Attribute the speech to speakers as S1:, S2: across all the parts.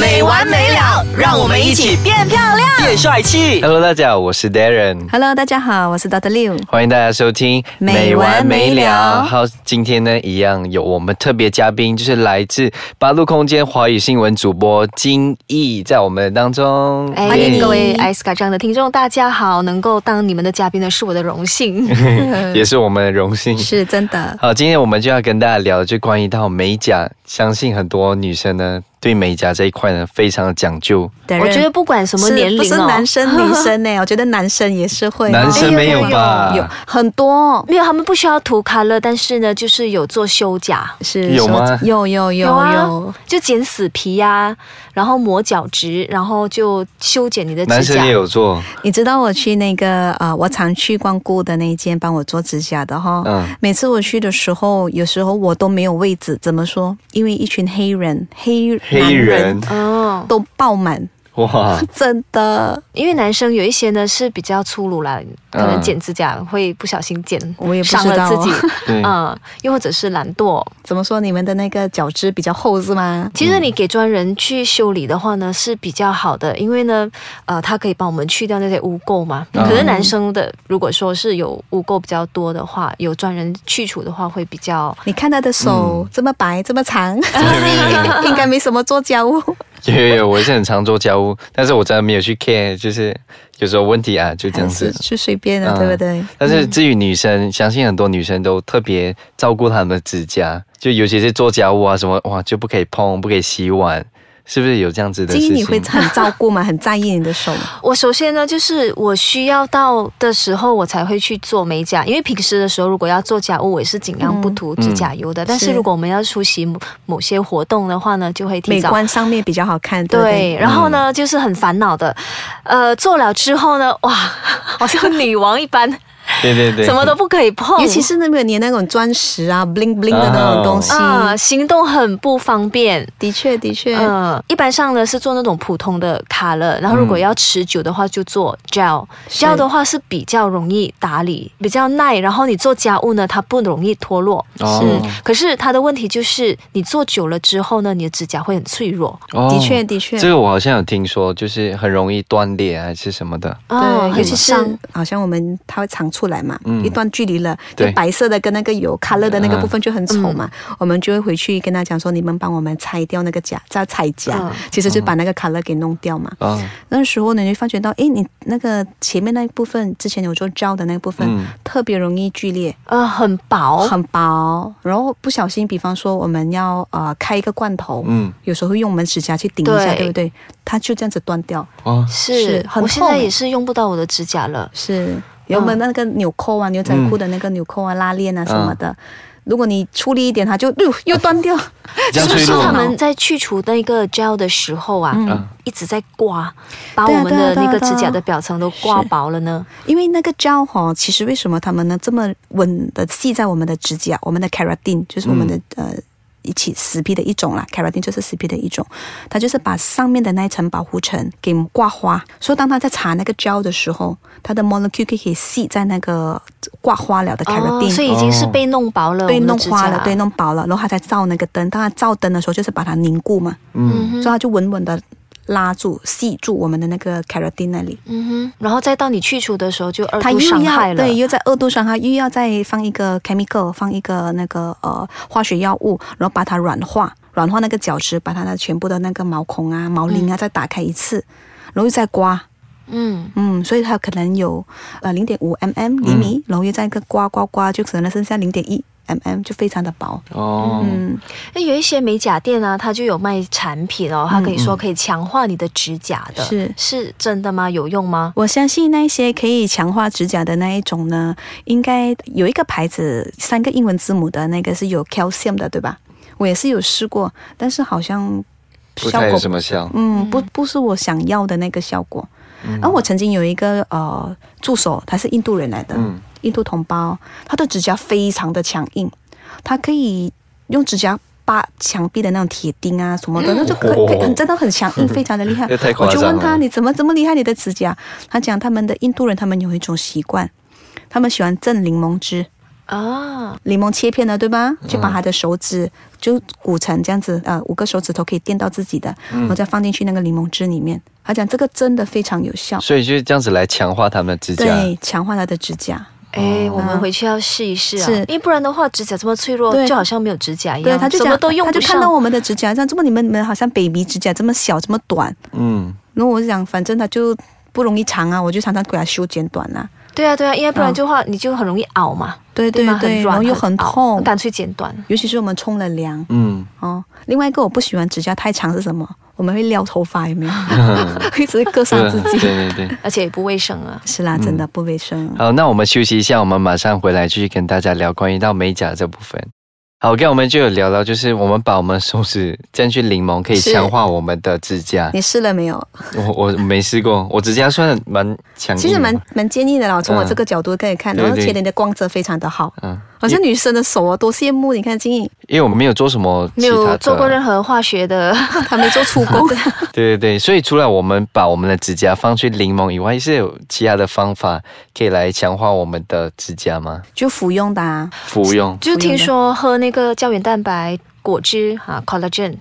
S1: 没完没了，让我们一起变漂亮。
S2: 变帅气。
S3: Hello，大家好，我是 Darren，
S4: Hello，大家好，我是 Dr. Liu。
S3: 欢迎大家收听
S4: 没完没了
S3: 好，今天呢，一样有我们特别嘉宾，就是来自八路空间华语新闻主播金毅，在我们当中。
S4: 欢迎
S3: 耶
S4: 哎各位
S1: i s c a 这样的听众，大家好！能够当你们的嘉宾呢，是我的荣幸。
S3: 也是我们的荣幸。
S4: 是真的，
S3: 好，今天我们就要跟大家聊，就关于到美甲，相信很多女生呢对美甲这一块呢非常的讲究，
S1: 我觉得不管什
S4: 什
S1: 么年
S4: 不
S1: 龄
S4: 是
S1: 哦，
S4: 男生女生呢、我觉得男生也是会 哦、
S3: 男
S1: 哎
S3: 生没有吧？
S4: 有很多哦、
S1: 没有他们不需要涂 color，但是呢，就是有做修甲，
S4: 是
S3: 有吗
S4: 手指有有有
S1: 啊，就剪死皮呀、然后磨角质，然后就修剪你的
S3: 男
S1: 指
S3: 生
S1: 甲
S3: 也。有做，
S4: 你知道我去那个呃，我常去光顾的那一间帮我做指甲的哈、
S3: 嗯
S4: 每次我去的时候，有时候我都没有位置，怎么说？因为一群黑人、黑
S3: 黑
S4: 男
S3: 人
S1: 哦，
S4: 都爆满，
S3: 哇，
S4: 真的，
S1: 因为男生有一些呢是比较粗鲁啦，可
S3: 嗯
S1: 能剪指甲会不小心剪，
S4: 我也不知道
S1: 伤
S4: 哦
S1: 了自 己，
S3: 对
S1: 嗯，又或者是懒惰。
S4: 怎么说？你们的那个角质比较厚是吗？
S1: 其实你给专人去修理的话呢是比较好的，因为呢，呃，他可以帮我们去掉那些污垢嘛。
S4: 啊
S3: 嗯
S1: 可是男生的如果说是有污垢比较多的话，有专人去除的话会比较
S4: 你看他的手、这么白，这么长，
S3: 对
S4: 应该没什么做家务。
S3: 有有有，我是很常做家务，但是我真的没有 去 care，就是有时候问题啊就这样子
S4: 还是。去随便了，
S3: 嗯
S4: 对不对？
S3: 但是至于女生，相信很多女生都特别照顾她们的指甲，就尤其是做家务啊什么，哇就不可以碰，不可以洗碗，是不是有这样子的
S4: 金
S3: 事
S4: 英，
S3: 情？
S4: 你会很照顾 吗？很在意你的手吗？
S1: 我首先呢，就是我需要到的时候，我才会去做美甲，因为平时的时候如果要做家务，我也是尽量不涂指甲油的。但是
S4: 嗯是
S1: 如果我们要出席某某些活动的话呢，就会提
S4: 美
S1: 早。
S4: 观上面比较好看，对不
S1: 对，
S4: 对？嗯
S1: 然后呢，就是很烦恼的，呃，做了之后呢，哇， 好像女王一般，
S3: 对对对，
S1: 什么都不可以碰，
S4: 尤其是那个你那种钻石啊，bling bling 的那种东西，啊
S1: 啊、行动很不方便。
S4: 哦的确的确，
S1: 嗯，一般上呢是做那种普通的卡勒，然后如果
S4: 嗯
S1: 要持久的话就做 gel、gel 的话是比较容易打理，比较耐，然后你做家务呢它不容易脱落。
S3: 哦
S1: 嗯，可是它的问题就是你做久了之后呢，你的指甲会很脆弱，
S3: 哦
S4: 的确的确，
S3: 这个我好像有听说，就是很容易断裂还是什么的。
S1: 哦
S4: 对，
S1: 很
S4: 尤其是
S1: 伤
S4: 好啊像我们它会长出来嘛，
S3: 嗯
S4: 一段距离了，就
S3: 对
S4: 白色的跟那个有 color 的那个
S3: 嗯
S4: 部分就很丑嘛，我们就会回去跟他讲说，你们帮我们拆掉那个甲，叫拆甲，
S1: 嗯
S4: 其实就把那个 color 给弄掉嘛。
S3: 哦，
S4: 那时候呢，你就发觉到，诶，你那个前面那一部分，之前有做胶 的那个部分，
S3: 嗯
S4: 特别容易剧裂，
S1: 呃很薄，
S4: 很薄，然后不小心，比方说我们要呃开一个罐头，
S3: 嗯，
S4: 有时候会用我们指甲去顶一下，
S1: 对
S4: 对不对？它就这样子断掉，
S3: 哦，
S1: 是
S4: 是很
S1: 我现在
S4: 痛
S1: 也是用不到我的指甲了。
S4: 是有没有那个纽扣啊、牛仔裤的那个纽扣啊、拉链
S3: 嗯
S4: 啊什么的？如果你出力一点，它就又又断掉。
S3: 这
S1: 是
S3: 样
S1: 不
S3: 脆
S1: 是
S3: 弱
S1: 他
S3: 吗？
S1: 们在去除那个 gel 的时候啊，
S3: 嗯
S1: 一直在刮，把
S4: 对
S1: 我
S4: 啊
S1: 们的
S4: 对啊
S1: 那个
S4: 对啊
S1: 指甲的表层都刮
S4: 是
S1: 薄了呢？
S4: 因为那个胶哈、其实为什么他们呢这么稳的系在我们的指甲，我们的 keratin 就是我们的、呃。一起死皮的一种啦，keratin 就是死皮的一种，它就是把上面的那一层保护层给刮花，所以当它在擦那个胶的时候，它的 molecule 可以系在那个刮花了的 keratin，、
S1: 哦，所以已经是
S3: 哦
S1: 被弄薄了，
S4: 被
S1: 我们的
S4: 弄
S1: 指
S4: 花
S1: 甲
S4: 了，对，弄薄了，然后它才照那个灯。当它照灯的时候，就是把它凝固嘛，
S3: 嗯，
S4: 所以它就稳稳的拉住、系住我们的那个 keratin 那里。
S1: 嗯哼，然后再到你去除的时候就二
S4: 它
S1: 度
S4: 又
S1: 伤害
S4: 要
S1: 了，
S4: 对，又在二度伤害，又要再放一个 chemical，放一个那个呃化学药物，然后把它软化，软化那个角质，把它的全部的那个毛孔啊、毛鳞啊再打开一次，然后又再刮。
S1: 嗯，
S4: 嗯，所以它可能有呃零点五 mm 厘
S1: 嗯
S4: 米，然后又再一个刮刮刮，就可能剩下零点一 mm，就非常的薄。
S3: 哦，
S4: 嗯，
S1: 那有一些美甲店啊，它就有卖产品哦，它可以说可以强化你的指甲的，
S4: 嗯是
S1: 是真的吗？有用吗？
S4: 我相信那一些可以强化指甲的那一种呢，应该有一个牌子，三个英文字母的那个是有 calcium 的，对吧？我也是有试过，但是好像
S3: 不
S4: 效
S3: 太有
S4: 果
S3: 什么效。
S4: 嗯，不不是我想要的那个效果。
S3: 嗯
S4: 然后我曾经有一个呃助手，他是印度人来的，
S3: 嗯
S4: 印度同胞，他的指甲非常的强硬，他可以用指甲。扒墙壁的那种铁钉啊什么
S3: 嗯
S4: 的，那就
S3: 哦
S4: 可以可以很真的 很强硬，非常的厉害
S3: 这太。
S4: 我
S3: 夸张啊
S4: 就
S3: 了
S4: 问他你怎么这么厉害你的指甲？他讲他们的印度人他们有一种习惯，他们喜欢震柠檬汁，
S1: 啊，
S4: 柠檬切片的，对吧？
S3: 嗯
S4: 就把他的手指就鼓成这样子，呃，五个手指头可以垫到自己的，
S3: 嗯
S4: 然后再放进去那个柠檬汁里面。他讲这个真的非常有效，
S3: 所以就是这样子来强化他们的指甲。
S4: 对，强化他的指甲。
S1: 哎，
S3: 哦
S1: 我们回去要试一试啊，
S4: 是
S1: 因为不然的话指甲这么脆弱，
S4: 对
S1: 就好像没有指甲一样，
S4: 对，他就
S1: 哎什
S4: 讲
S1: 么，都用
S4: 他
S1: 不
S4: 就
S1: 上。
S4: 看到我们的指甲这样，怎么你们你们好像 baby 指甲这么小，这么短？
S3: 嗯，
S4: 然后我就讲，反正他就不容易长啊，我就常常给他修剪短啦、
S1: 对啊，对啊，因为不然
S4: 嗯
S1: 就话你就很容易熬嘛，
S4: 对对
S1: 吗？
S4: 对，
S1: 很
S4: 然后
S1: 软
S4: 又很
S1: 熬
S4: 痛，
S1: 干脆剪短。
S4: 尤其是我们冲了凉
S3: 嗯，
S4: 哦。另外一个我不喜欢指甲太长是什么？我们会撩头发，有没 有？一直割伤
S3: 对
S4: 自己。
S3: 对对对。
S1: 而且也不卫生啊。
S4: 是啦，真的不卫生。
S3: 好，那我们休息一下，我们马上回来继续跟大家聊关于到美甲这部分。好，刚才我们就有聊到，就是我们把我们手指蘸去柠檬，可以
S4: 是
S3: 强化我们的指甲。
S4: 你试了没有？
S3: 我我没试过，我指甲算蛮强硬的。啊
S4: 其实蛮蛮建议的啦，从我
S3: 嗯
S4: 这个角度可以看，
S3: 对
S4: 然后
S3: 对
S4: 前脸的光泽非常的好，
S3: 嗯，
S4: 好像女生的手哦，多羡慕！你看金颖，
S3: 因为我没有做什么
S1: 没
S3: 其他的，
S1: 有做过任何化学的，
S4: 她没做出 工，
S3: 对对对，所以除了我们把我们的指甲放去柠檬以外，是有其他的方法可以来强化我们的指甲吗？
S4: 就服用的啊，
S3: 服用
S1: 就听说喝那个胶原蛋白果汁啊 （collagen）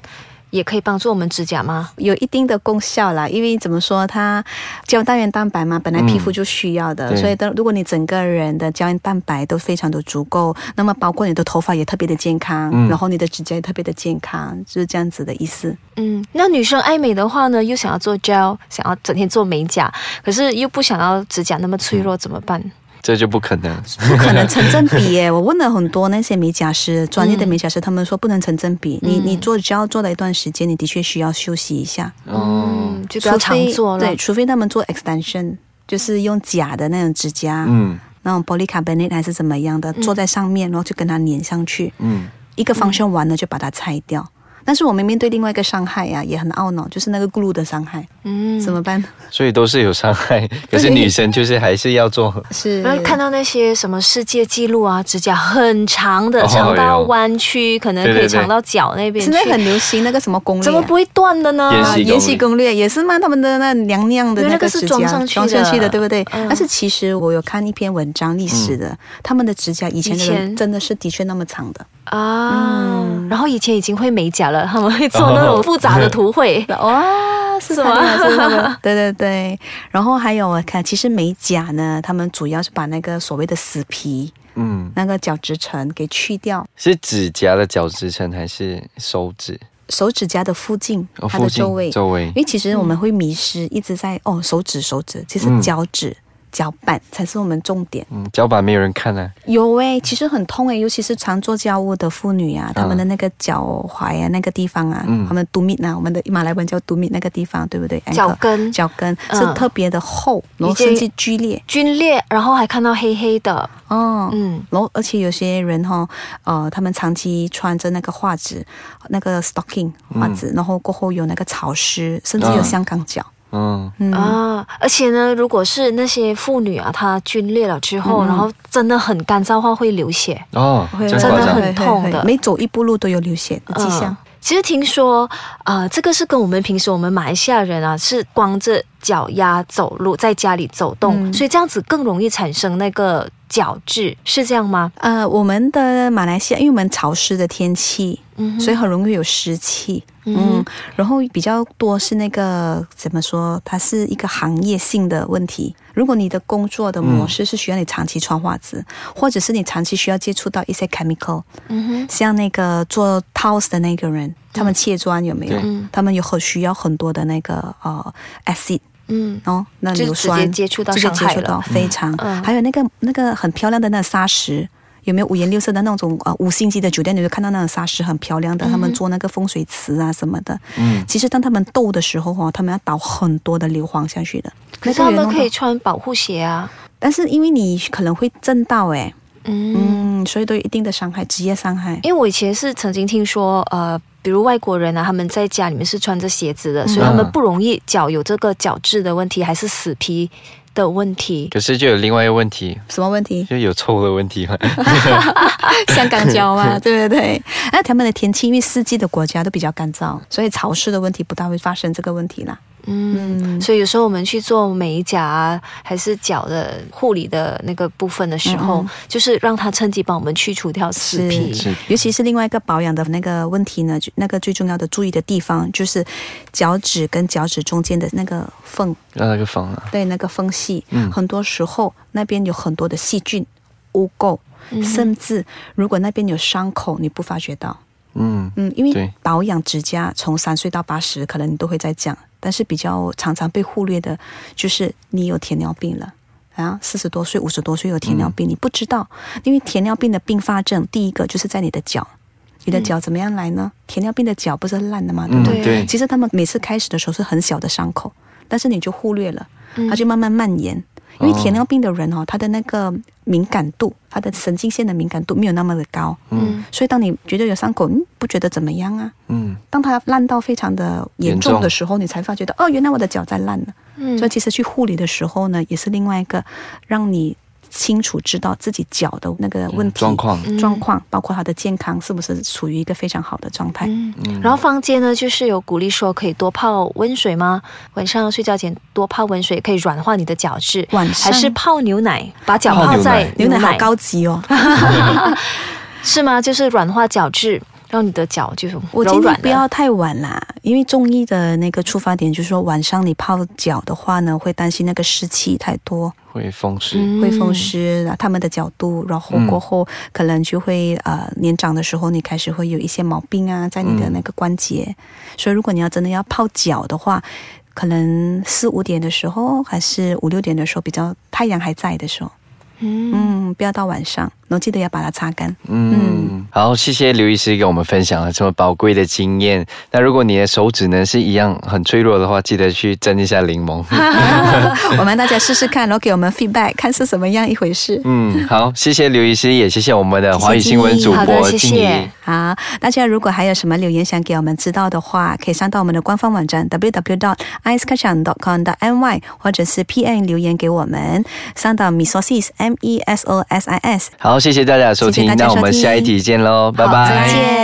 S1: 也可以帮助我们指甲吗？
S4: 有一定的功效啦。因为怎么说，它胶原蛋蛋白嘛，本来
S3: 嗯
S4: 皮肤就需要的，
S3: 对
S4: 所以当如果你整个人的胶原蛋白都非常的足够，那么包括你的头发也特别的健康，
S3: 嗯
S4: 然后你的指甲也特别的健康，就是这样子的 意思。
S1: 嗯，那女生爱美的话呢，又想要做 gel，想要整天做美甲，可是又不想要指甲那么脆
S4: 嗯
S1: 弱，怎么办？
S3: 这就不可能。
S4: 不可能成正比耶！我问了很多那些美甲师，专业的美甲师，他们说不能成正比。
S3: 嗯
S4: 你你做只要做了一段时间，你的确需要休息一下，
S3: 哦，
S1: 嗯，就不要
S4: 除
S1: 常
S4: 非
S1: 做了。
S4: 对，除非他们做 extension，就是用假的那种指甲，
S3: 嗯
S4: 那种 polycarbonate 还是怎么样
S1: 嗯
S4: 的，做在上面，然后就跟它粘上去，
S3: 嗯，
S4: 一个方向完了就把它拆掉。但是我们面对另外一个伤害啊呀、也很懊恼，就是那个 glue 的伤害，
S1: 嗯，
S4: 怎么办？
S3: 所以都是有伤 害，可是女生就是还是要做。
S4: 是
S1: 然后看到那些什么世界纪录啊，指甲很长的，
S3: 哦
S1: 长到
S3: 有
S1: 弯曲，可能
S3: 对
S1: 可以
S3: 对对
S1: 长到脚那边去。
S4: 现在很流行那个什么攻略、啊，
S1: 怎么不会断的呢？
S3: 延
S4: 啊，
S3: 禧
S4: 延禧攻略也是嘛，他们的那娘娘的
S1: 因为那
S4: 个
S1: 个是
S4: 指甲
S1: 装上去的
S4: 对不对？
S1: 嗯
S4: 但是其实我有看一篇文章，历史的，他们的指甲以前的
S1: 以
S4: 人
S1: 前
S4: 真的是的确那么长的，。
S1: 啊，然后以前已经会美甲了，他们会做那种复杂的图绘
S4: 哇，哦是
S1: 是
S4: 吗
S1: 吗？
S4: 是他们 对对对。然后还有我看，其实美甲呢，他们主要是把那个所谓的死皮。
S3: 嗯，
S4: 那个角质层给去掉，
S3: 是指甲的角质层还是手指？
S4: 手指甲的附近，
S3: 哦
S4: 它的
S3: 附近
S4: 周围，
S3: 周围
S4: 因为其实我们会迷失，一直在哦手指手指，其实
S3: 嗯
S4: 脚趾、脚板才是我们重点。
S3: 嗯，脚板没有人看啊。
S4: 有诶、其实很痛诶、欸尤其是常做家务的妇女啊，她们的那个脚踝啊那个地方啊，
S3: 嗯
S4: 她们 d u m i t 啊，我们的马来文叫 d u m i t 那个地方，对不对？
S1: 脚
S4: ankle，
S1: 跟
S4: 脚跟
S1: 嗯
S4: 是特别的厚，然后
S1: 已经
S4: 甚至剧烈
S1: 皲裂，然后还看到黑黑的，
S4: 哦。
S1: 嗯，
S4: 然后，而且有些人哈、呃，他们长期穿着那个袜子，那个 stocking 袜子，然后过后有那个潮湿，甚至有
S3: 嗯
S4: 香港脚。
S3: 嗯，
S4: 嗯，
S1: 啊，而且呢，如果是那些妇女啊，她皲裂了之
S4: 嗯
S1: 后，然后真的很干燥的话会流血。
S3: 哦，
S4: 会
S3: 这样
S1: 真的
S3: 夸张
S1: 很痛的
S4: 会会会每走一步路都有流血的迹象。
S1: 嗯其实听说，啊，这个是跟我们平时我们马来西亚人啊，是光着脚丫走路，在家里走动，
S4: 嗯
S1: 所以这样子更容易产生那个角质，是这样吗？
S4: 呃，我们的马来西亚，因为我们潮湿的天气，
S1: 嗯哼
S4: 所以很容易有湿气。
S1: 嗯
S4: 嗯，然后比较多是那个怎么说，它是一个行业性的问题。如果你的工作的模式是需要你长期穿袜子，或者是你长期需要接触到一些 chemical，
S1: 嗯哼。
S4: 像那个做 house 的那个
S1: 嗯
S4: 人，他们切砖有没有？
S3: 对
S4: 他们有很需要很多的那个呃 acid，
S1: 嗯，
S4: 哦，那
S1: 就
S4: 硫
S1: 直
S4: 酸
S1: 接接触到
S4: 直接
S1: 伤害
S4: 接触到
S1: 了
S4: 非常，
S1: 嗯
S4: 还有那个那个很漂亮的那个砂石。有没有五颜六色的那种呃五星级的酒店，你会看到那种砂石很漂亮的，
S1: 嗯
S4: 他们做那个风水池啊什么的。
S3: 嗯
S4: 其实当他们斗的时候哦，他们要倒很多的硫磺下去的。
S1: 可是他
S4: 那个也
S1: 们
S4: 弄
S1: 可以
S4: 到，
S1: 穿保护鞋啊。
S4: 但是因为你可能会震到哎、
S1: 嗯，
S4: 嗯，所以都有一定的伤害，职业伤害。
S1: 因为我以前是曾经听说，呃，比如外国人啊，他们在家里面是穿着鞋子
S4: 嗯
S1: 的，所以他们不容易脚有这个角质的问题，还是死皮的问题。
S3: 可是就有另外一个问题，
S4: 什么 问题？
S3: 就有臭的问题 嘛。
S4: 香港脚嘛，
S1: 啊
S4: 对 不对？那他们的天气，因为四季的国家都比较干燥，所以潮湿的问题不大会发生这个问题啦。
S1: 嗯，所以有时候我们去做美甲啊，还是脚的护理的那个部分的时候，就是让它趁机帮我们去除掉死皮。
S3: 是
S4: 尤其嗯是另外一个保养的那个问题呢，就那个最重要的注意的地方就是脚趾跟脚趾中间的那个缝，
S3: 要那个缝啊，
S4: 对那个缝隙，很多时候那边有很多的细菌、污垢，
S1: 嗯
S4: 甚至如果那边有伤口，你不发觉到，
S3: 嗯，
S4: 嗯，因
S3: 对
S4: 为保养指甲从三岁到八十，可能你都会在讲，但是比较常常被忽略的就是你有糖尿病了。啊，四十多岁、五十多岁有糖尿病，你不知道，因为糖尿病的并发症，第一个就是在你的脚，你的脚怎么样来呢？糖尿病的脚不是烂的吗？
S3: 嗯
S4: 对不嗯对？啊
S1: 对
S3: 对，
S4: 其实他们每次开始的时候是很小的伤口，但是你就忽略了，它就慢慢蔓延。因为糖尿病的人哦，他的那个敏感度，他的神经线的敏感度没有那么的高，
S1: 嗯，
S4: 所以当你觉得有伤口，嗯，不觉得怎么样啊？
S3: 嗯，
S4: 当它烂到非常的严
S3: 严
S4: 重
S3: 重
S4: 的时候，你才发觉到哦，原来我的脚在烂了。
S1: 嗯
S4: 所以其实去护理的时候呢，也是另外一个让你清楚知道自己脚的那个问
S3: 嗯
S4: 题、
S3: 状况，
S4: 状况，包括它的健康是不是处于一个非常好的状态。
S1: 嗯，然后坊间呢，就是有鼓励说可以多泡温水吗？晚上睡觉前多泡温水，可以软化你的角质。
S4: 晚
S1: 还
S4: 上
S1: 是泡牛奶，把脚
S3: 泡
S1: 泡
S3: 牛
S1: 在
S3: 奶
S4: 牛奶好高级哦！
S1: 是吗？就是软化角质，让你的脚就是
S4: 我
S1: 柔
S4: 建议
S1: 软
S4: 不
S1: 的
S4: 要太晚啦，因为中医的那个出发点就是说，晚上你泡脚的话呢，会担心那个湿气太多，
S3: 会风湿，
S1: 嗯
S4: 会风湿，然后他们的角度，然后过后可能就会呃年长的时候，你开始会有一些毛病啊，在你
S1: 嗯
S4: 的那个关节，所以如果你要真的要泡脚的话。可能四五点的时候，还是五六点的时候，比较太阳还在的时候，
S1: 嗯，
S4: 嗯，不要到晚上，然后记得要把它擦干。
S3: 嗯，好，谢谢刘医师给我们分享了这么宝贵的经验。那如果你的手指呢是一样很脆弱的话，记得去蒸一下柠檬。
S4: 我们大家试试看，然后给我们 feedback，看是什么样一回事。
S3: 嗯，好，谢谢刘医师，也谢谢我们的华语
S4: 谢谢
S3: 新闻
S4: 静怡
S3: 主
S1: 好的
S3: 播
S1: 谢
S3: 静怡
S1: 谢。
S4: 好，大家如果还有什么留言想给我们知道的话，可以上到我们的官方网站 www. dot i c e k a c h a n g com. dot my，或者是 PM 留言给我们，上到 Mesosis m e s o s i s。
S3: 好，谢谢大家的收听，
S4: 谢谢大家
S3: 那我们
S4: 收听
S3: 下一集见喽，拜
S4: 好
S3: 拜。
S4: 再见。